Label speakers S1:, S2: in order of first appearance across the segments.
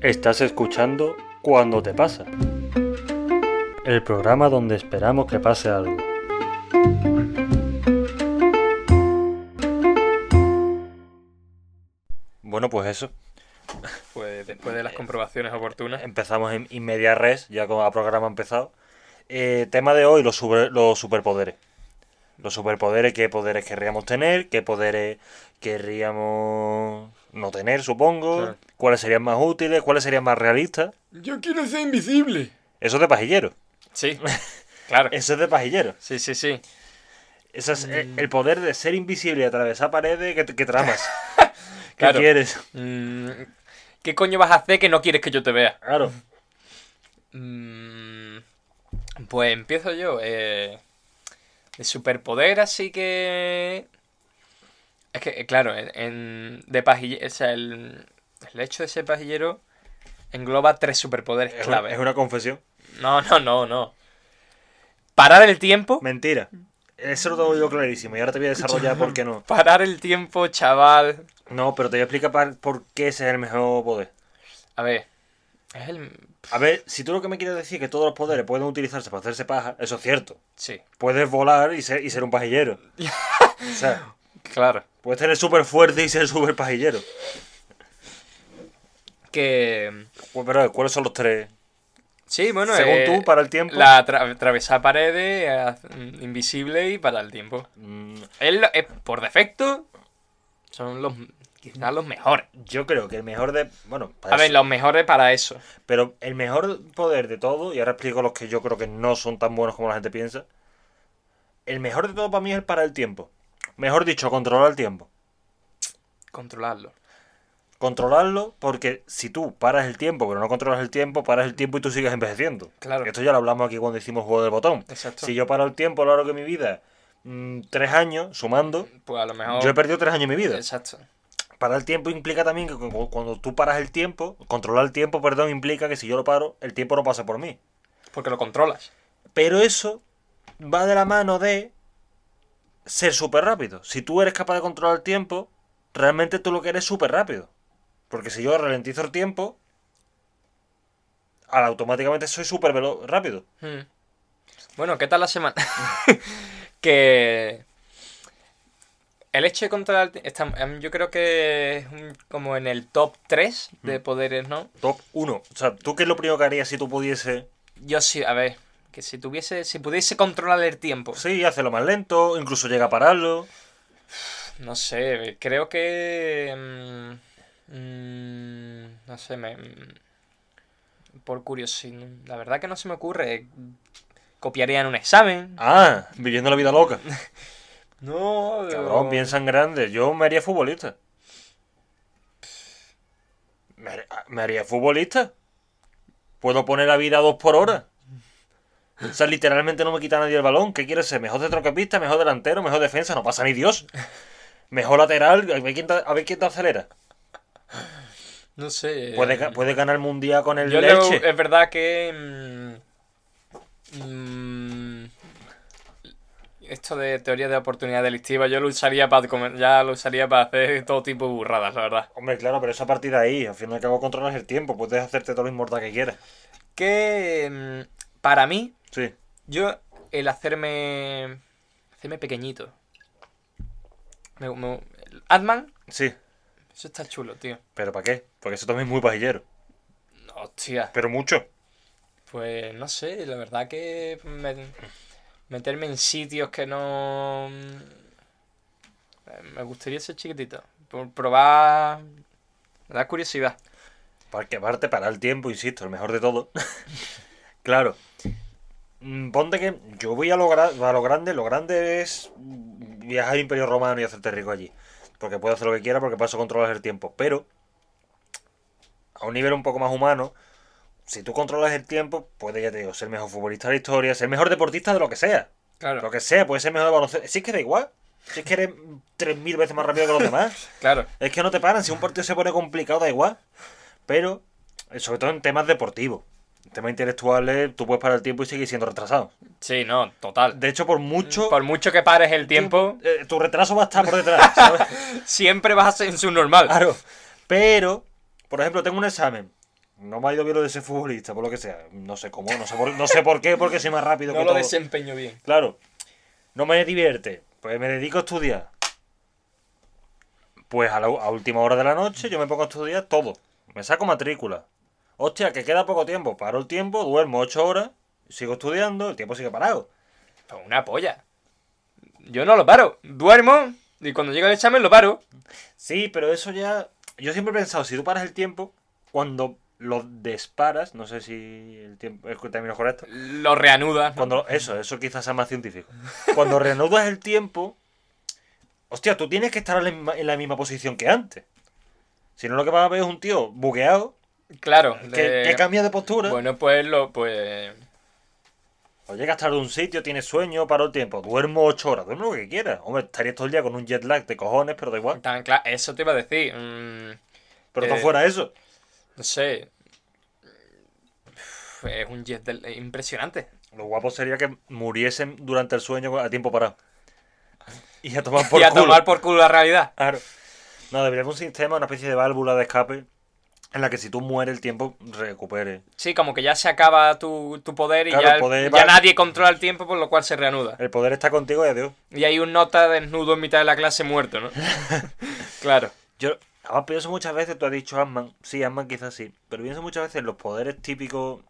S1: Estás escuchando Cuando te pasa. El programa donde esperamos que pase algo. Bueno, pues eso. Eh,
S2: Pues después de las comprobaciones oportunas.
S1: Empezamos en, en media res, ya con el programa empezado. Eh, tema de hoy, los, super- los superpoderes. Los superpoderes, qué poderes querríamos tener, qué poderes querríamos no tener, supongo.
S2: Claro.
S1: Cuáles serían más útiles, cuáles serían más realistas.
S2: Yo quiero ser invisible.
S1: Eso es de pajillero.
S2: Sí, claro.
S1: Eso es de pajillero.
S2: Sí, sí, sí.
S1: Eso es eh,
S2: Mm.
S1: el poder de ser invisible y atravesar paredes que, que tramas. ¿Qué
S2: Claro.
S1: quieres?
S2: Mm, ¿Qué coño vas a hacer que no quieres que yo te vea?
S1: Claro.
S2: Mm, Pues empiezo yo. eh, de superpoder, así que. Es que, eh, claro, en, en- de pajille- o sea, el, el hecho de ser pajillero engloba tres superpoderes
S1: Es una,
S2: clave.
S1: es una confesión.
S2: No, no, no, no. Parar el tiempo.
S1: Mentira. Eso lo tengo yo clarísimo y ahora te voy a desarrollar por qué no.
S2: Parar el tiempo, chaval.
S1: No, pero te voy a explicar pa- por qué ese es el mejor poder.
S2: A ver. Es el.
S1: A ver, si tú lo que me quieres decir es que todos los poderes pueden utilizarse para hacerse paja, eso es cierto.
S2: Sí,
S1: Puedes volar y ser, y ser un pajillero. O sea,
S2: claro.
S1: puedes tener súper fuerte y ser súper pajillero.
S2: Que.
S1: Pues, pero, ¿cuáles son los tres?
S2: Sí, bueno,
S1: Según
S2: eh,
S1: tú, para el tiempo.
S2: La tra- atravesar paredes, haz- mm, invisible y para el tiempo.
S1: Mm,
S2: Es lo- es- por defecto, son los quizás los mejores.
S1: Yo creo que el mejor de. Bueno, para
S2: A ver,
S1: eso-
S2: los mejores para eso.
S1: Pero el mejor poder de todo, y ahora explico los que yo creo que no son tan buenos como la gente piensa. El mejor de todo para mí es el parar el tiempo. Mejor dicho, controlar el tiempo.
S2: Controlarlo.
S1: Controlarlo porque si tú paras el tiempo, pero no controlas el tiempo, paras el tiempo y tú sigues envejeciendo.
S2: Claro.
S1: Esto ya lo hablamos aquí cuando hicimos juego del botón.
S2: Exacto.
S1: Si yo paro el tiempo a lo largo de mi vida, mm, tres años, sumando,
S2: Pues a lo mejor.
S1: yo he perdido tres años de mi vida.
S2: Exacto.
S1: Parar el tiempo implica también que cu- cu- cuando tú paras el tiempo, controlar el tiempo, perdón, implica que si yo lo paro, el tiempo no pasa por mí.
S2: Porque lo controlas.
S1: Pero eso va de la mano de ser súper rápido. Si tú eres capaz de controlar el tiempo, realmente tú lo que eres es súper rápido. Porque si yo ralentizo el tiempo, al- automáticamente soy súper velo- rápido.
S2: Hmm. Bueno, ¿qué tal la semana? que. El hecho de controlar. el ti- está- em, yo creo que es un- como en el top 3 de poderes, ¿no?
S1: Top 1. O sea, ¿tú qué es lo primero que harías si tú pudiese?
S2: Yo sí, a ver. Que si tuviese. Si pudiese controlar el tiempo.
S1: Sí, hacerlo más lento, incluso llega a pararlo.
S2: No sé, creo que. mm, mm, no sé, me. mm, Por curiosidad. La verdad que no se me ocurre. eh, Copiaría en un examen.
S1: Ah, viviendo la vida loca.
S2: No,
S1: Cabrón, piensa en grande. Yo me haría futbolista. Me haría, me haría futbolista. Puedo poner a vida a dos por hora. O sea, literalmente no me quita nadie el balón. ¿Qué quieres ser? ¿Mejor de trocampista? ¿Mejor delantero? ¿Mejor defensa? No pasa ni Dios. Mejor lateral. A ver quién te, a ver quién te acelera.
S2: No sé.
S1: Puede, ga- puede ganar el mundial con el
S2: Eh, Yo le- eh,
S1: leche.
S2: es verdad que. mm, mm, esto de teoría de oportunidad delictiva, yo lo usaría para comer- ya lo usaría para hacer todo tipo de burradas, la verdad.
S1: Hombre, claro, pero esa partida ahí. Al fin y al cabo controlas el tiempo. Puedes hacerte todo lo inmortal que quieras.
S2: Que mm, para mí,
S1: Sí.
S2: yo el hacerme. hacerme pequeñito. Me, me- el Ant-Man,
S1: Sí.
S2: eso está chulo, tío.
S1: ¿Pero para qué? Porque eso también es muy pajillero.
S2: Hostia.
S1: Pero mucho.
S2: Pues no sé, la verdad que me- meterme en sitios que no... eh, Me gustaría ser chiquitito. Por probar... Me da curiosidad.
S1: Porque aparte para el tiempo, insisto, el mejor de todo. claro. Mm, Ponte que yo voy a lo, gra- a lo grande. Lo grande es mm, viajar al Imperio Romano y hacerte rico allí. Porque puedo hacer lo que quiera porque paso a controlar el tiempo. Pero, a un nivel un poco más humano, si tú controlas el tiempo, puedes, ya te digo, ser el mejor futbolista de la historia, ser el mejor deportista de lo que sea. Lo
S2: Claro,
S1: que sea, puedes ser mejor de baloncesto. Si es que da igual. Si es que eres 3.000 veces más rápido que los demás.
S2: claro.
S1: Es que no te paran, si un partido se pone complicado da igual. Pero, eh, sobre todo en temas deportivos. temas intelectuales, tú puedes parar el tiempo y seguir siendo retrasado.
S2: Sí, no, total.
S1: De hecho, por mucho.
S2: Por mucho que pares el tiempo,
S1: eh, tu retraso va a estar por detrás, ¿sabes?
S2: siempre vas a ser en su normal.
S1: Claro. Pero, por ejemplo, tengo un examen. No me ha ido bien lo de ser futbolista, por lo que sea. No sé cómo, no sé por, no sé por qué, porque soy más rápido
S2: No
S1: que
S2: lo
S1: todo.
S2: desempeño bien.
S1: Claro. No me divierte. Pues me dedico a estudiar. Pues a, la, u- a última hora de la noche yo me pongo a estudiar todo. Me saco matrícula. Hostia, que queda poco tiempo. Paro el tiempo, duermo ocho horas, sigo estudiando, el tiempo sigue parado.
S2: Pues una polla. Yo no lo paro. Duermo y cuando llega el examen lo paro.
S1: Sí, pero eso ya. Yo siempre he pensado, si tú paras el tiempo, cuando lo disparas, no sé si el tiempo es el término correcto.
S2: Lo reanuda.
S1: Cuando, eso, eso quizás sea más científico. Cuando reanudas el tiempo, hostia, tú tienes que estar en la misma, en la misma posición que antes. Si no, lo que vas a ver es un tío bugueado
S2: Claro.
S1: que,
S2: de-
S1: que cambia de postura.
S2: Bueno, pues lo, pues.
S1: O llegas tarde a un sitio, tienes sueño, paro el tiempo, duermo ocho horas, duermo lo que quieras. Hombre, estaría todo el día con un jet lag de cojones, pero da igual.
S2: Tan cla- Eso te iba a decir. mm,
S1: Pero no
S2: Eh,
S1: fuera eso.
S2: no sé. Uf, Es un jet del- es impresionante.
S1: Lo guapo sería que muriesen durante el sueño a tiempo parado. Y a tomar por
S2: y a
S1: culo.
S2: tomar por culo la realidad.
S1: Claro. No, debería haber un sistema, una especie de válvula de escape en la que si tú mueres el tiempo recupere.
S2: Sí, como que ya se acaba tu, tu poder y
S1: Claro,
S2: ya,
S1: el poder
S2: ya
S1: va-
S2: nadie controla el tiempo, por lo cual se reanuda.
S1: El poder está contigo y adiós.
S2: Y hay un nota desnudo en mitad de la clase muerto, ¿no? claro.
S1: Yo además, pienso muchas veces, tú has dicho Ant-Man, sí, Ant-Man quizás sí, pero pienso muchas veces en los poderes típicos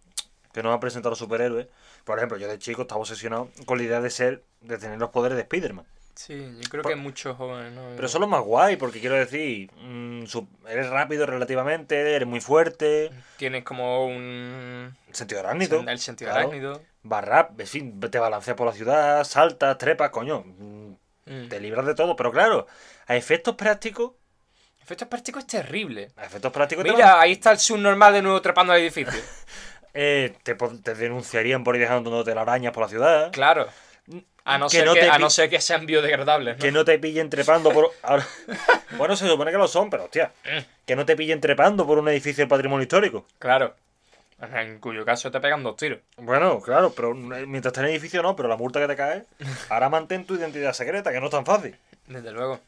S1: que nos han presentado los superhéroes. Por ejemplo, yo de chico estaba obsesionado con la idea de ser, de tener los poderes de Spider-Man.
S2: Sí, yo creo
S1: Por-
S2: que muchos jóvenes, ¿no?
S1: Pero son los más guay, porque quiero decir, mm, su- eres rápido relativamente, eres muy fuerte,
S2: Tienes como un...
S1: sentido arácnido.
S2: El sentido
S1: claro.
S2: arácnido.
S1: Vas rap, en fin, te balanceas por la ciudad, saltas, trepas, coño. mm,
S2: Mm.
S1: Te libras de todo, pero claro, a efectos prácticos,
S2: Efectos prácticos es terrible.
S1: a efectos prácticos te van-
S2: Mira, ahí está el subnormal de nuevo trepando al edificio.
S1: eh, te, pon- te denunciarían por ir dejando telarañas por la ciudad.
S2: Claro. A no,
S1: Que
S2: ser,
S1: no
S2: que,
S1: te
S2: a
S1: pi-
S2: no ser que sean biodegradables, ¿no?
S1: Que no te pillen trepando por. Ahora- Bueno, se supone que lo son, pero hostia.
S2: Eh.
S1: Que no te pillen trepando por un edificio del patrimonio histórico.
S2: Claro. En cuyo caso te pegan dos tiros.
S1: Bueno, claro, pero eh, mientras está en el edificio no, pero la multa que te cae. Ahora mantén tu identidad secreta, que no es tan fácil.
S2: Desde luego.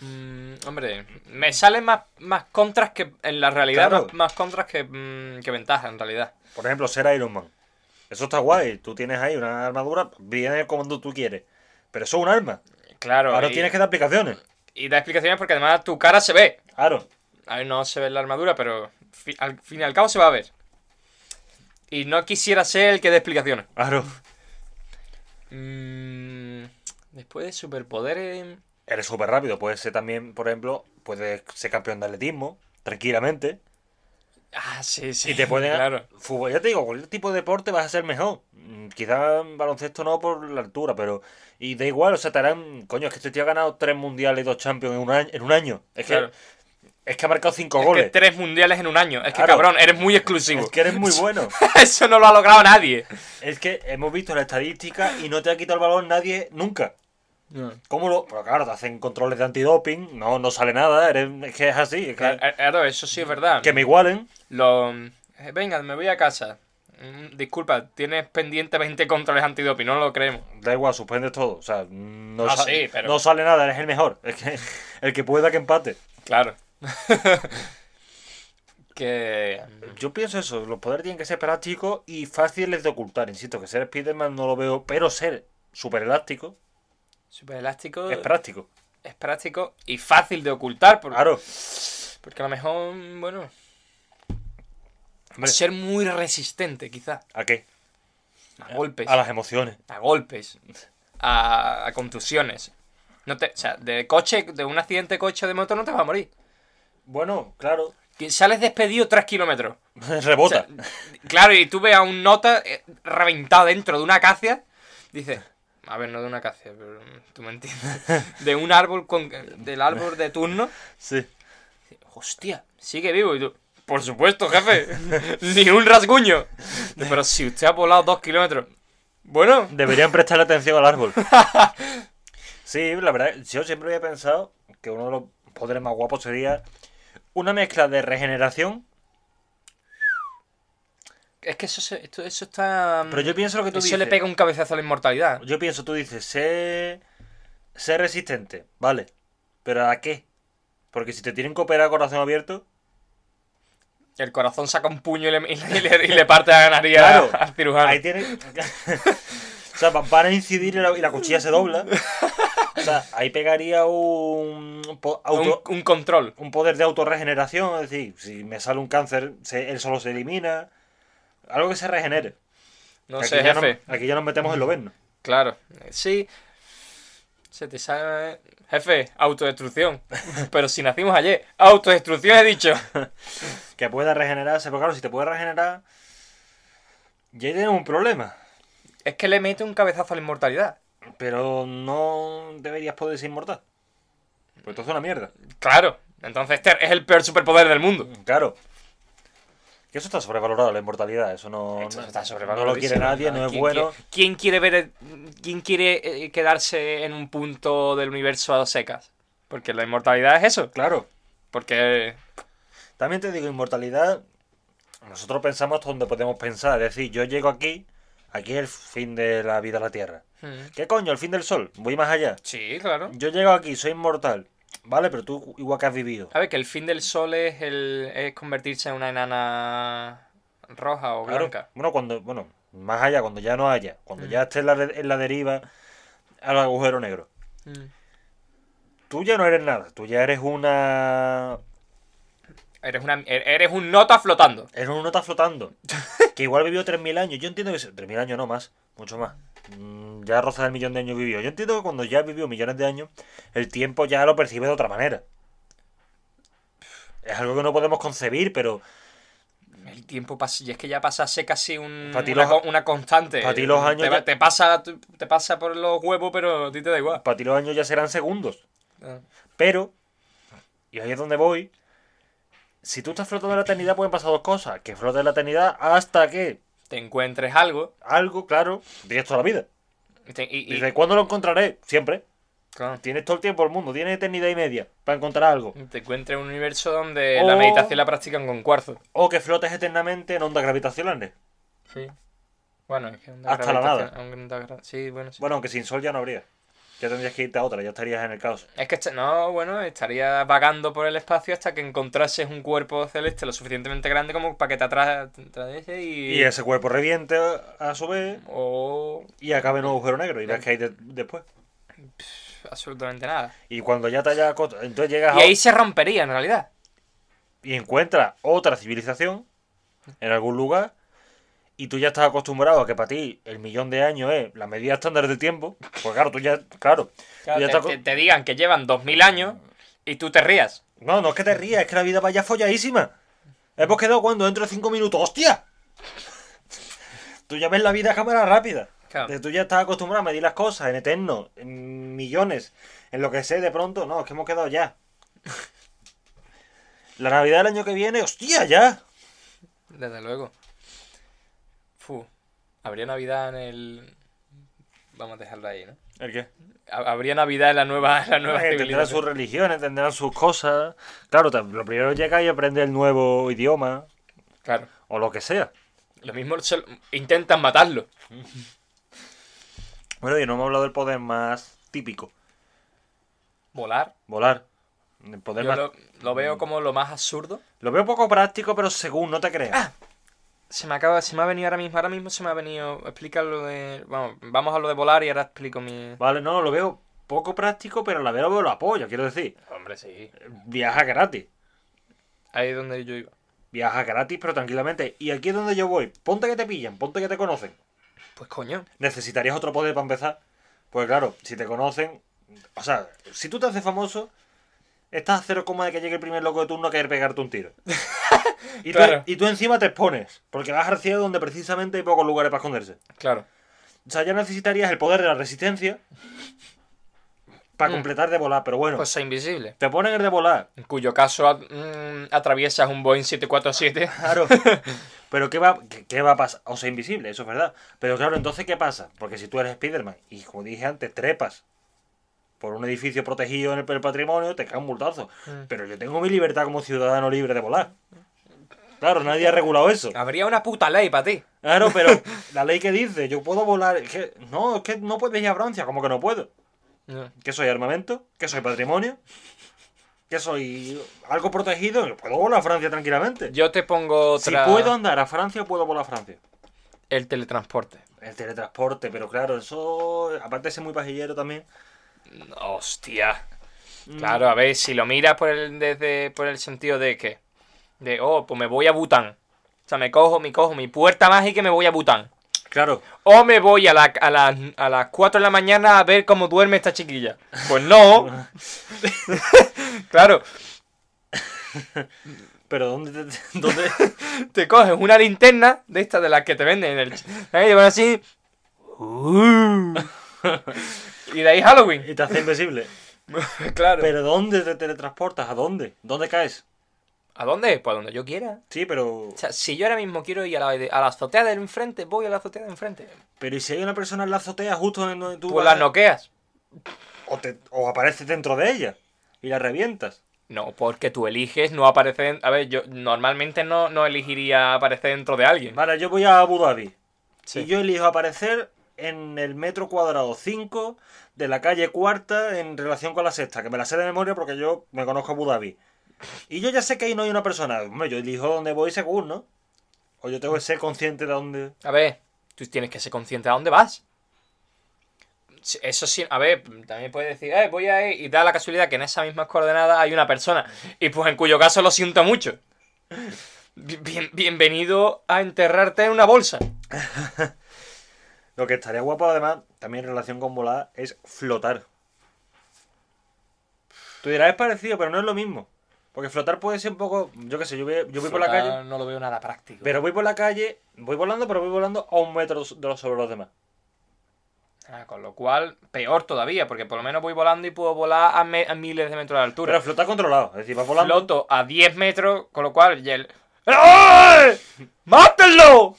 S2: Mm, hombre, me salen más, más contras que. En la realidad,
S1: Claro.
S2: más, más contras que, mm, que ventajas, en realidad.
S1: Por ejemplo, ser Iron Man. Eso está guay. Tú tienes ahí una armadura, viene cuando tú quieres. Pero eso es un arma.
S2: Claro.
S1: Ahora
S2: y,
S1: tienes que dar aplicaciones.
S2: y da explicaciones porque además tu cara se ve.
S1: Claro.
S2: A ver, no se ve la armadura, pero fi- al fin y al cabo se va a ver. Y no quisiera ser el que dé explicaciones.
S1: Claro.
S2: Mm, después de superpoderes.
S1: Eres súper rápido. Puedes ser también, por ejemplo, puedes ser campeón de atletismo, tranquilamente.
S2: Ah, sí, sí.
S1: Y te pueden.
S2: Claro.
S1: Fútbol, ya te digo, cualquier tipo de deporte vas a ser mejor. Mm, Quizá en baloncesto no por la altura, pero. Y da igual, o sea, te harán. Coño, es que este tío ha ganado tres mundiales y dos champions en un año. En un año. Es,
S2: Claro.
S1: que, es que ha marcado cinco
S2: Es que
S1: goles.
S2: tres mundiales en un año. Es que
S1: Claro.
S2: cabrón, eres muy exclusivo.
S1: Es que eres muy bueno.
S2: Eso no lo ha logrado nadie.
S1: es que hemos visto la estadística y no te ha quitado el balón nadie nunca. ¿Cómo lo.? Pero claro, te hacen controles de antidoping, no, no sale nada, eres, es que es así. es
S2: Claro,
S1: que,
S2: claro, Eh, eso sí es verdad.
S1: que me igualen.
S2: Lo... eh, Venga, me voy a casa. Mm, Disculpa, tienes pendiente 20 controles antidoping, no lo creemos.
S1: Da igual, suspendes todo. O sea, no,
S2: Ah,
S1: sa-
S2: sí, pero-
S1: no sale nada, eres el mejor. Es que el que pueda que empate.
S2: Claro. que... mm,
S1: Yo pienso eso, los poderes tienen que ser prácticos y fáciles de ocultar. Insisto, que ser Spider-Man no lo veo, pero ser super elástico
S2: Super elástico
S1: es práctico.
S2: es práctico y fácil de ocultar. por-
S1: Claro,
S2: Porque a lo mejor, mm, bueno...
S1: Hombre.
S2: Ser muy resistente, quizás.
S1: ¿a qué?
S2: A golpes.
S1: A las emociones.
S2: a golpes, a, a contusiones. No te, o sea, de coche, de un accidente de coche o de moto no te vas a morir.
S1: Bueno, claro,
S2: Que Sales despedido 3 kilómetros. O
S1: rebota.
S2: sea, claro, y tú ves a un nota eh, reventado dentro de una acacia, dices, a ver, no de una acacia, pero mm, tú me entiendes, de un árbol, con, del árbol de turno,
S1: sí.
S2: dices, hostia, sigue vivo, y tú, por supuesto, jefe, ni un rasguño. Pero si usted ha volado 2 kilómetros, bueno,
S1: Deberían prestarle atención al árbol. Sí, la verdad, yo siempre había pensado que uno de los poderes más guapos sería una mezcla de regeneración
S2: Es que eso, se- esto- eso está. mm,
S1: Pero yo pienso lo que tú
S2: eso
S1: dices.
S2: le pega un cabezazo a la inmortalidad.
S1: Yo pienso, tú dices, sé, sé resistente, vale. ¿Pero a qué? Porque si te tienen que operar a corazón abierto,
S2: El corazón saca un puño y le, y le- y le- y le parte la nariz a-
S1: Claro.
S2: al cirujano.
S1: ahí tienen. o sea, va- van a incidir y la, y la cuchilla se dobla. O sea, ahí pegaría un, po- auto-
S2: un, un control.
S1: un poder de autorregeneración. Es decir, si me sale un cáncer, se- él solo se elimina. Algo que se regenere.
S2: No
S1: Aquí
S2: sé,
S1: ya no-
S2: jefe.
S1: aquí ya nos metemos en lo verno.
S2: Claro. Sí. Se te sale. Jefe, autodestrucción. Pero si nacimos ayer, autodestrucción he dicho.
S1: que pueda regenerarse. Pero claro, si te puede regenerar, ya ahí tenemos un problema.
S2: Es que le mete un cabezazo a la inmortalidad.
S1: Pero no deberías poder ser inmortal. Pues esto es una mierda.
S2: Claro. Entonces este es el peor superpoder del mundo.
S1: Claro. Que eso está sobrevalorado, la inmortalidad. Eso no,
S2: Esto
S1: no- no
S2: está
S1: lo quiere
S2: sobrevaloradísimo.
S1: nadie, no es
S2: ¿Quién
S1: bueno.
S2: quiere- ¿Quién quiere ver quién quiere eh, quedarse en un punto del universo a secas? Porque la inmortalidad es eso.
S1: Claro.
S2: Porque
S1: También te digo, inmortalidad. Nosotros pensamos hasta donde podemos pensar. Es decir, yo llego aquí. Aquí es el fin de la vida en la Tierra.
S2: mm,
S1: ¿Qué coño? El fin del sol. Voy más allá.
S2: sí, claro.
S1: Yo llego aquí, soy inmortal. Vale, pero tú igual que has vivido.
S2: A ver, que el fin del sol es el es convertirse en una enana roja o
S1: Claro.
S2: blanca.
S1: Bueno, cuando, bueno, más allá, cuando ya no haya, cuando ya estés en la, en la deriva al agujero negro.
S2: Mm.
S1: Tú ya no eres nada, tú ya eres una...
S2: Eres una er, eres un nota flotando.
S1: Eres un nota flotando, que igual vivió 3.000 años. Yo entiendo que... se- 3.000 años no, más, mucho más. Mm, Ya roza el millón de años vivió. Yo entiendo que cuando ya vivió millones de años, el tiempo ya lo percibe de otra manera. Es algo que no podemos concebir, pero
S2: El tiempo pasa y es que ya pasase casi un,
S1: Pa' ti
S2: una,
S1: los-
S2: co- una constante.
S1: pa' ti los años
S2: te, va-
S1: ya-
S2: te pasa te pasa por los huevos, pero a ti te da igual.
S1: para ti los años ya serán segundos.
S2: Ah.
S1: Pero, y ahí es donde voy, si tú estás flotando en la eternidad pueden pasar dos cosas. Que flote en la eternidad hasta que
S2: Te encuentres algo
S1: algo, claro, tienes toda la vida.
S2: y te- y- y-
S1: ¿Desde cuándo lo encontraré? Siempre.
S2: claro,
S1: Tienes todo el tiempo del mundo, tienes eternidad y media para encontrar algo.
S2: te encuentres un universo donde
S1: O-
S2: la meditación la practican con cuarzo.
S1: O que flotes eternamente en ondas gravitacionales.
S2: Sí. Bueno, es que onda
S1: Hasta la
S2: gravitación- onda gra- Sí, bueno, sí.
S1: Bueno, aunque sin sol ya no habría. Ya tendrías que irte a otra, ya estarías en el caos.
S2: Es que este- no, bueno, estaría vagando por el espacio hasta que encontrases un cuerpo celeste lo suficientemente grande como para que te atra- te atraviese y.
S1: Y ese cuerpo reviente a su vez
S2: O.
S1: y acabe en un agujero negro y veas que hay de- después.
S2: absolutamente nada.
S1: Y cuando ya te hayas acost- entonces llegas
S2: Y
S1: a
S2: ahí se rompería en realidad.
S1: y encuentras otra civilización en algún lugar y tú ya estás acostumbrado a que para ti el millón de años es la medida estándar de tiempo, pues claro, tú ya, claro, tú
S2: Claro,
S1: ya
S2: te,
S1: estás
S2: te-
S1: aco-
S2: te digan que llevan 2000 años y tú te rías.
S1: No, no es que te rías, es que la vida vaya folladísima. Hemos quedado cuando dentro de cinco minutos, ¡hostia! Tú ya ves la vida a cámara rápida.
S2: Claro.
S1: De- Tú ya estás acostumbrado a medir las cosas en eterno, en millones, en lo que sé de pronto. No, es que hemos quedado ya. La Navidad del año que viene, ¡hostia, ya!
S2: Desde luego. Fu. Habría Navidad en el. Vamos a dejarlo ahí, ¿no?
S1: ¿El qué?
S2: Ha- Habría Navidad en la nueva, en la nueva
S1: entenderán
S2: civilización.
S1: sus religiones, entenderán sus cosas. Claro, te- lo primero llega y aprende el nuevo idioma
S2: Claro.
S1: o lo que sea.
S2: Lo mismo se- intentan matarlo.
S1: Bueno, y no hemos hablado del poder más típico,
S2: Volar.
S1: volar. El poder
S2: Yo
S1: más-
S2: lo,
S1: lo...
S2: lo veo como lo más absurdo.
S1: veo poco práctico, pero según, no te creas.
S2: Se me acaba, se me ha venido ahora mismo, ahora mismo se me ha venido. Explica lo de. Vamos, vamos a lo de volar y ahora explico mi.
S1: Vale, no, lo veo poco práctico, pero a la vez lo veo lo apoyo, quiero decir.
S2: Hombre, sí.
S1: Viaja gratis.
S2: Ahí es donde yo iba.
S1: Viaja gratis, pero tranquilamente. Y aquí es donde yo voy. Ponte que te pillan, ponte que te conocen.
S2: Pues coño.
S1: necesitarías otro poder para empezar. Pues claro, si te conocen. O sea, si tú te haces famoso, estás a cero coma de que llegue el primer loco de turno a querer pegarte un tiro. y, tú-
S2: Claro.
S1: y tú encima te expones, porque vas al cielo donde precisamente hay pocos lugares para esconderse.
S2: Claro.
S1: O sea, ya necesitarías el poder de la resistencia para
S2: Mm.
S1: completar de volar, pero bueno.
S2: Pues soy invisible.
S1: te ponen el de volar,
S2: En cuyo caso at- mm, atraviesas un Boeing 747.
S1: Claro. Pero ¿qué va, qué, qué va a pasar? O sea, invisible, eso es verdad. Pero claro, entonces ¿qué pasa? Porque si tú eres Spiderman y como dije antes, trepas por un edificio protegido en el, el patrimonio, te cae un multazo.
S2: Mm.
S1: Pero yo tengo mi libertad como ciudadano libre de volar. Claro, nadie ha regulado eso.
S2: Habría una puta ley para ti.
S1: Claro, pero la ley que dice, yo puedo volar. es que- no, es que no puedes ir a Francia, como que no puedo. ¿Que soy armamento? ¿Que soy patrimonio? ¿Que soy algo protegido? Yo Puedo volar a Francia tranquilamente.
S2: Yo te pongo
S1: Si
S2: otra.
S1: puedo andar a Francia, puedo volar a Francia.
S2: El teletransporte.
S1: El teletransporte, pero claro, eso. Aparte de ser muy pajillero también.
S2: Hostia.
S1: Mm.
S2: Claro, a ver, si lo miras por el, desde, por el sentido de que. De, oh, pues me voy a Bután. O sea, me cojo, me cojo mi puerta mágica y me voy a Bután.
S1: Claro,
S2: O me voy a, la, a, las- a las 4 de la mañana a ver cómo duerme esta chiquilla. Pues no. claro,
S1: pero ¿dónde? te- dónde...
S2: te coges una linterna de estas de las que te venden en el. Ahí te van así.
S1: Uh.
S2: y de ahí Halloween.
S1: y te hace invisible.
S2: claro.
S1: ¿Pero dónde te teletransportas? ¿A dónde? ¿Dónde caes?
S2: ¿A dónde? Pues a donde yo quiera.
S1: Sí, pero.
S2: O sea, si yo ahora mismo quiero ir a la, a la azotea del enfrente, voy a la azotea del enfrente.
S1: Pero ¿y si hay una persona en la azotea justo en donde tú
S2: Pues
S1: vas?
S2: las noqueas.
S1: o, te- o apareces dentro de ella y la revientas.
S2: No, porque tú eliges no aparecer. A ver, yo normalmente no, no elegiría aparecer dentro de alguien.
S1: Vale, yo voy a Abu Dhabi.
S2: Sí.
S1: Y yo elijo aparecer en el metro cuadrado 5 de la calle cuarta en relación con la sexta, que me la sé de memoria porque yo me conozco Abu Dhabi. Y yo ya sé que ahí no hay una persona. Hombre, yo elijo dónde voy según, ¿no? O yo tengo que ser consciente de dónde.
S2: A ver, tú tienes que ser consciente a dónde vas. Sí, Eso sí, a ver, también puedes decir, eh, voy a ir y da la casualidad que en esas mismas coordenadas hay una persona. Y pues en cuyo caso lo siento mucho. Bien- bien- bienvenido a enterrarte en una bolsa.
S1: Lo que estaría guapo, además, también en relación con volar, es flotar. Tú dirás, es parecido, pero no es lo mismo. Porque flotar puede ser un poco. Yo qué sé, yo voy, yo voy por la
S2: Flotar
S1: calle.
S2: No lo veo nada práctico.
S1: Pero voy por la calle, voy volando, pero voy volando a un metro de los sobre los demás.
S2: Ah, con lo cual, peor todavía, porque por lo menos voy volando y puedo volar a, me- a miles de metros de altura.
S1: Pero flotar controlado, es decir, vas volando.
S2: Floto a 10 metros, con lo cual, y el... ¡Ay! ¡Mátenlo!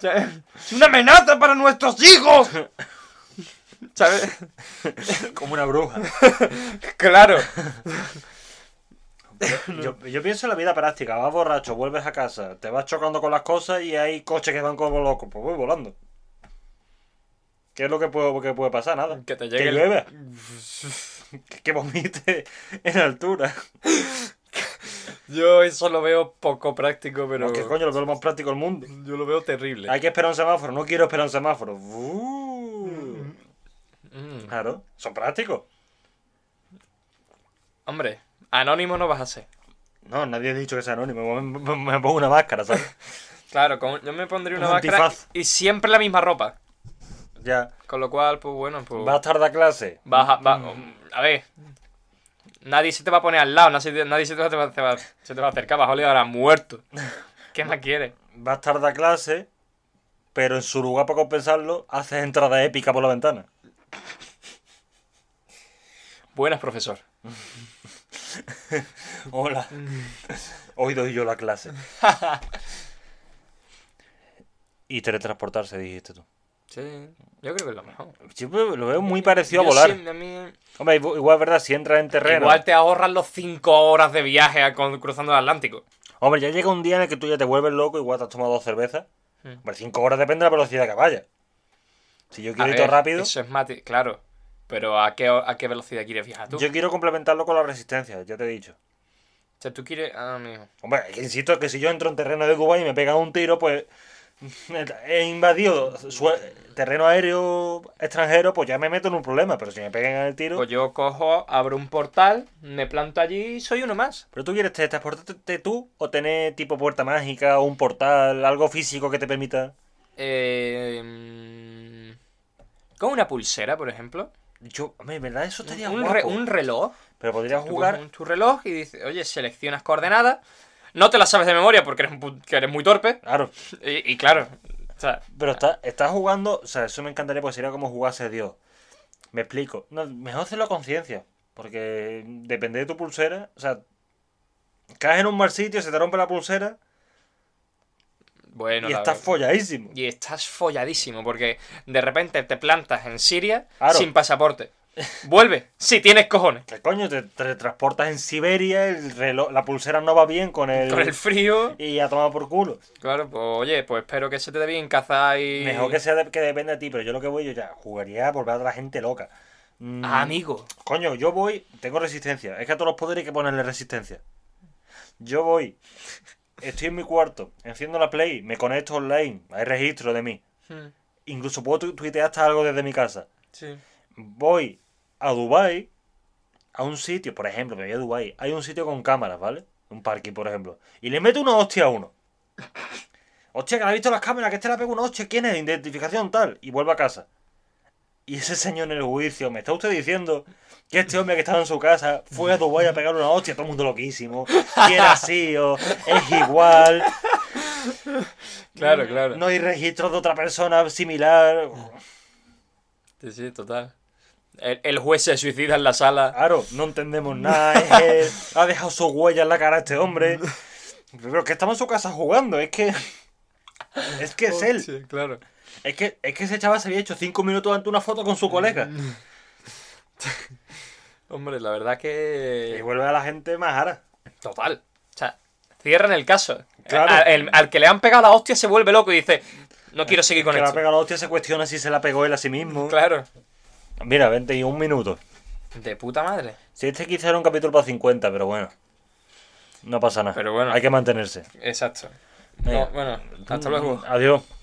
S2: Ya- ¡Es una amenaza para nuestros hijos! ¿Sabes?
S1: Como una bruja.
S2: Claro.
S1: yo, yo pienso en la vida práctica, vas borracho, vuelves a casa, te vas chocando con las cosas y hay coches que van como locos, pues voy volando. ¿Qué es lo que puede, que puede pasar? Nada.
S2: Que te llegue
S1: Que
S2: el-
S1: llueva. Que, que vomite en altura.
S2: Yo eso lo veo poco práctico, pero...
S1: Pero... Que coño, lo veo lo más práctico del mundo.
S2: Yo lo veo terrible.
S1: Hay que esperar un semáforo, no quiero esperar un semáforo. Uh.
S2: Mm,
S1: Claro, son prácticos.
S2: hombre, anónimo no vas a ser.
S1: No, nadie ha dicho que sea anónimo. Me, me- me pongo una máscara, ¿sabes?
S2: Claro, con- yo me pondría una
S1: Un
S2: máscara
S1: antifaz.
S2: y, y siempre la misma ropa.
S1: ya.
S2: Con lo cual, pues bueno, pues...
S1: Vas tarde a clase.
S2: Baja, va- mm, a ver. Nadie se te va a poner al lado, nadie, nadie se, te va, te va- te va- se te va a acercar, vas a oler ahora muerto. ¿Qué más quieres?
S1: Vas tarde a clase. Pero en su lugar para compensarlo, haces entrada épica por la ventana.
S2: Buenas, profesor.
S1: Hola.
S2: Mm.
S1: Hoy doy yo la clase. y teletransportarse, dijiste tú.
S2: Sí, yo creo que es lo mejor.
S1: Siempre lo veo muy parecido a
S2: Yo
S1: volar.
S2: sí, a mí-
S1: Hombre, igu- igual es verdad, si entras en terreno.
S2: igual te ahorras los 5 horas de viaje a- con- cruzando el Atlántico.
S1: Hombre, ya llega un día en el que tú ya te vuelves loco, igual te has tomado dos cervezas.
S2: Mm.
S1: Hombre, cinco horas depende de la velocidad que vaya. Si yo
S2: A
S1: quiero ir
S2: ver,
S1: todo rápido.
S2: Eso es mate, claro. Pero ¿a qué, a qué velocidad quieres viajar tú?
S1: Yo quiero complementarlo con la resistencia, ya te he dicho.
S2: O sea, tú quieres... Ah, amigo.
S1: Hombre, que insisto que si yo entro en terreno de Cuba y me pegan un tiro, pues he invadido sue- terreno aéreo extranjero, pues ya me meto en un problema. Pero si me pegan el tiro...
S2: Pues yo cojo, abro un portal, me planto allí y soy uno más.
S1: ¿Pero tú quieres teletransportarte tú o tener tipo puerta mágica o un portal, algo físico que te permita?
S2: Eh, mm, con una pulsera, por ejemplo.
S1: Yo, hombre, en verdad eso estaría
S2: Un, re-
S1: guapo.
S2: un reloj.
S1: Pero podría
S2: Tú
S1: jugar...
S2: coges tu reloj y dices, oye, seleccionas coordenadas. No te las sabes de memoria porque eres, un pu- que eres muy torpe.
S1: Claro,
S2: Y, y claro, o sea,
S1: pero estás está jugando... O sea, eso me encantaría porque sería como jugase Dios. Me explico. No, mejor hacerlo a conciencia. Porque depende de tu pulsera. O sea, caes en un mal sitio, se te rompe la pulsera...
S2: bueno.
S1: y
S2: la
S1: estás
S2: verdad.
S1: folladísimo.
S2: y estás folladísimo porque de repente te plantas en Siria
S1: Claro.
S2: sin pasaporte. Vuelve, si tienes cojones.
S1: ¿Qué coño? Te, te transportas en Siberia, el reloj- la pulsera no va bien con el.
S2: Con el frío.
S1: Y ya tomado por culo.
S2: Claro, pues oye, pues espero que se te dé bien cazar y.
S1: Mejor que sea de- que depende de ti, pero yo lo que voy, yo ya jugaría a volver a la gente loca. Mm,
S2: Ah, amigo.
S1: Coño, yo voy, tengo resistencia. Es que a todos los poderes hay que ponerle resistencia. Yo voy, estoy en mi cuarto, enciendo la play, me conecto online, hay registro de mí.
S2: Hmm,
S1: Incluso puedo tu- tuitear hasta algo desde mi casa.
S2: Sí.
S1: Voy a Dubai a un sitio, por ejemplo, me voy a Dubai, hay un sitio con cámaras, ¿vale? Un parking, por ejemplo. Y le meto una hostia a uno. Hostia, que le ha visto las cámaras, que este le pega una hostia, ¿quién es? Identificación tal. Y vuelvo a casa. Y ese señor en el juicio, ¿me está usted diciendo que este hombre que estaba en su casa fue a Dubái a pegar una hostia? Todo el mundo loquísimo. ¿Quién ha sido? Es igual. Hmm.
S2: Claro, claro.
S1: No hay registros de otra persona similar.
S2: Sí, sí, total. El, el juez se suicida en la sala.
S1: Claro, no entendemos nada. es él, ha dejado su huella en la cara a este hombre. Pero que estaba en su casa jugando, es que. Es que es él.
S2: Oh, Sí, claro.
S1: Es que, es que ese chaval se había hecho cinco minutos ante una foto con su colega.
S2: Hombre, la verdad
S1: Y
S2: que.
S1: vuelve a la gente más ara.
S2: Total. O sea, cierran el caso.
S1: Claro.
S2: A- el- al que le han pegado la hostia se vuelve loco y dice: No quiero seguir con
S1: Que la
S2: esto.
S1: pega la hostia se cuestiona si se la pegó él a sí mismo.
S2: Claro.
S1: Mira, 21 minutos.
S2: De puta madre.
S1: Si este quizá era un capítulo para 50, pero bueno. No pasa nada.
S2: Pero bueno.
S1: Hay que mantenerse.
S2: Exacto.
S1: Venga.
S2: No, bueno, hasta luego.
S1: Adiós.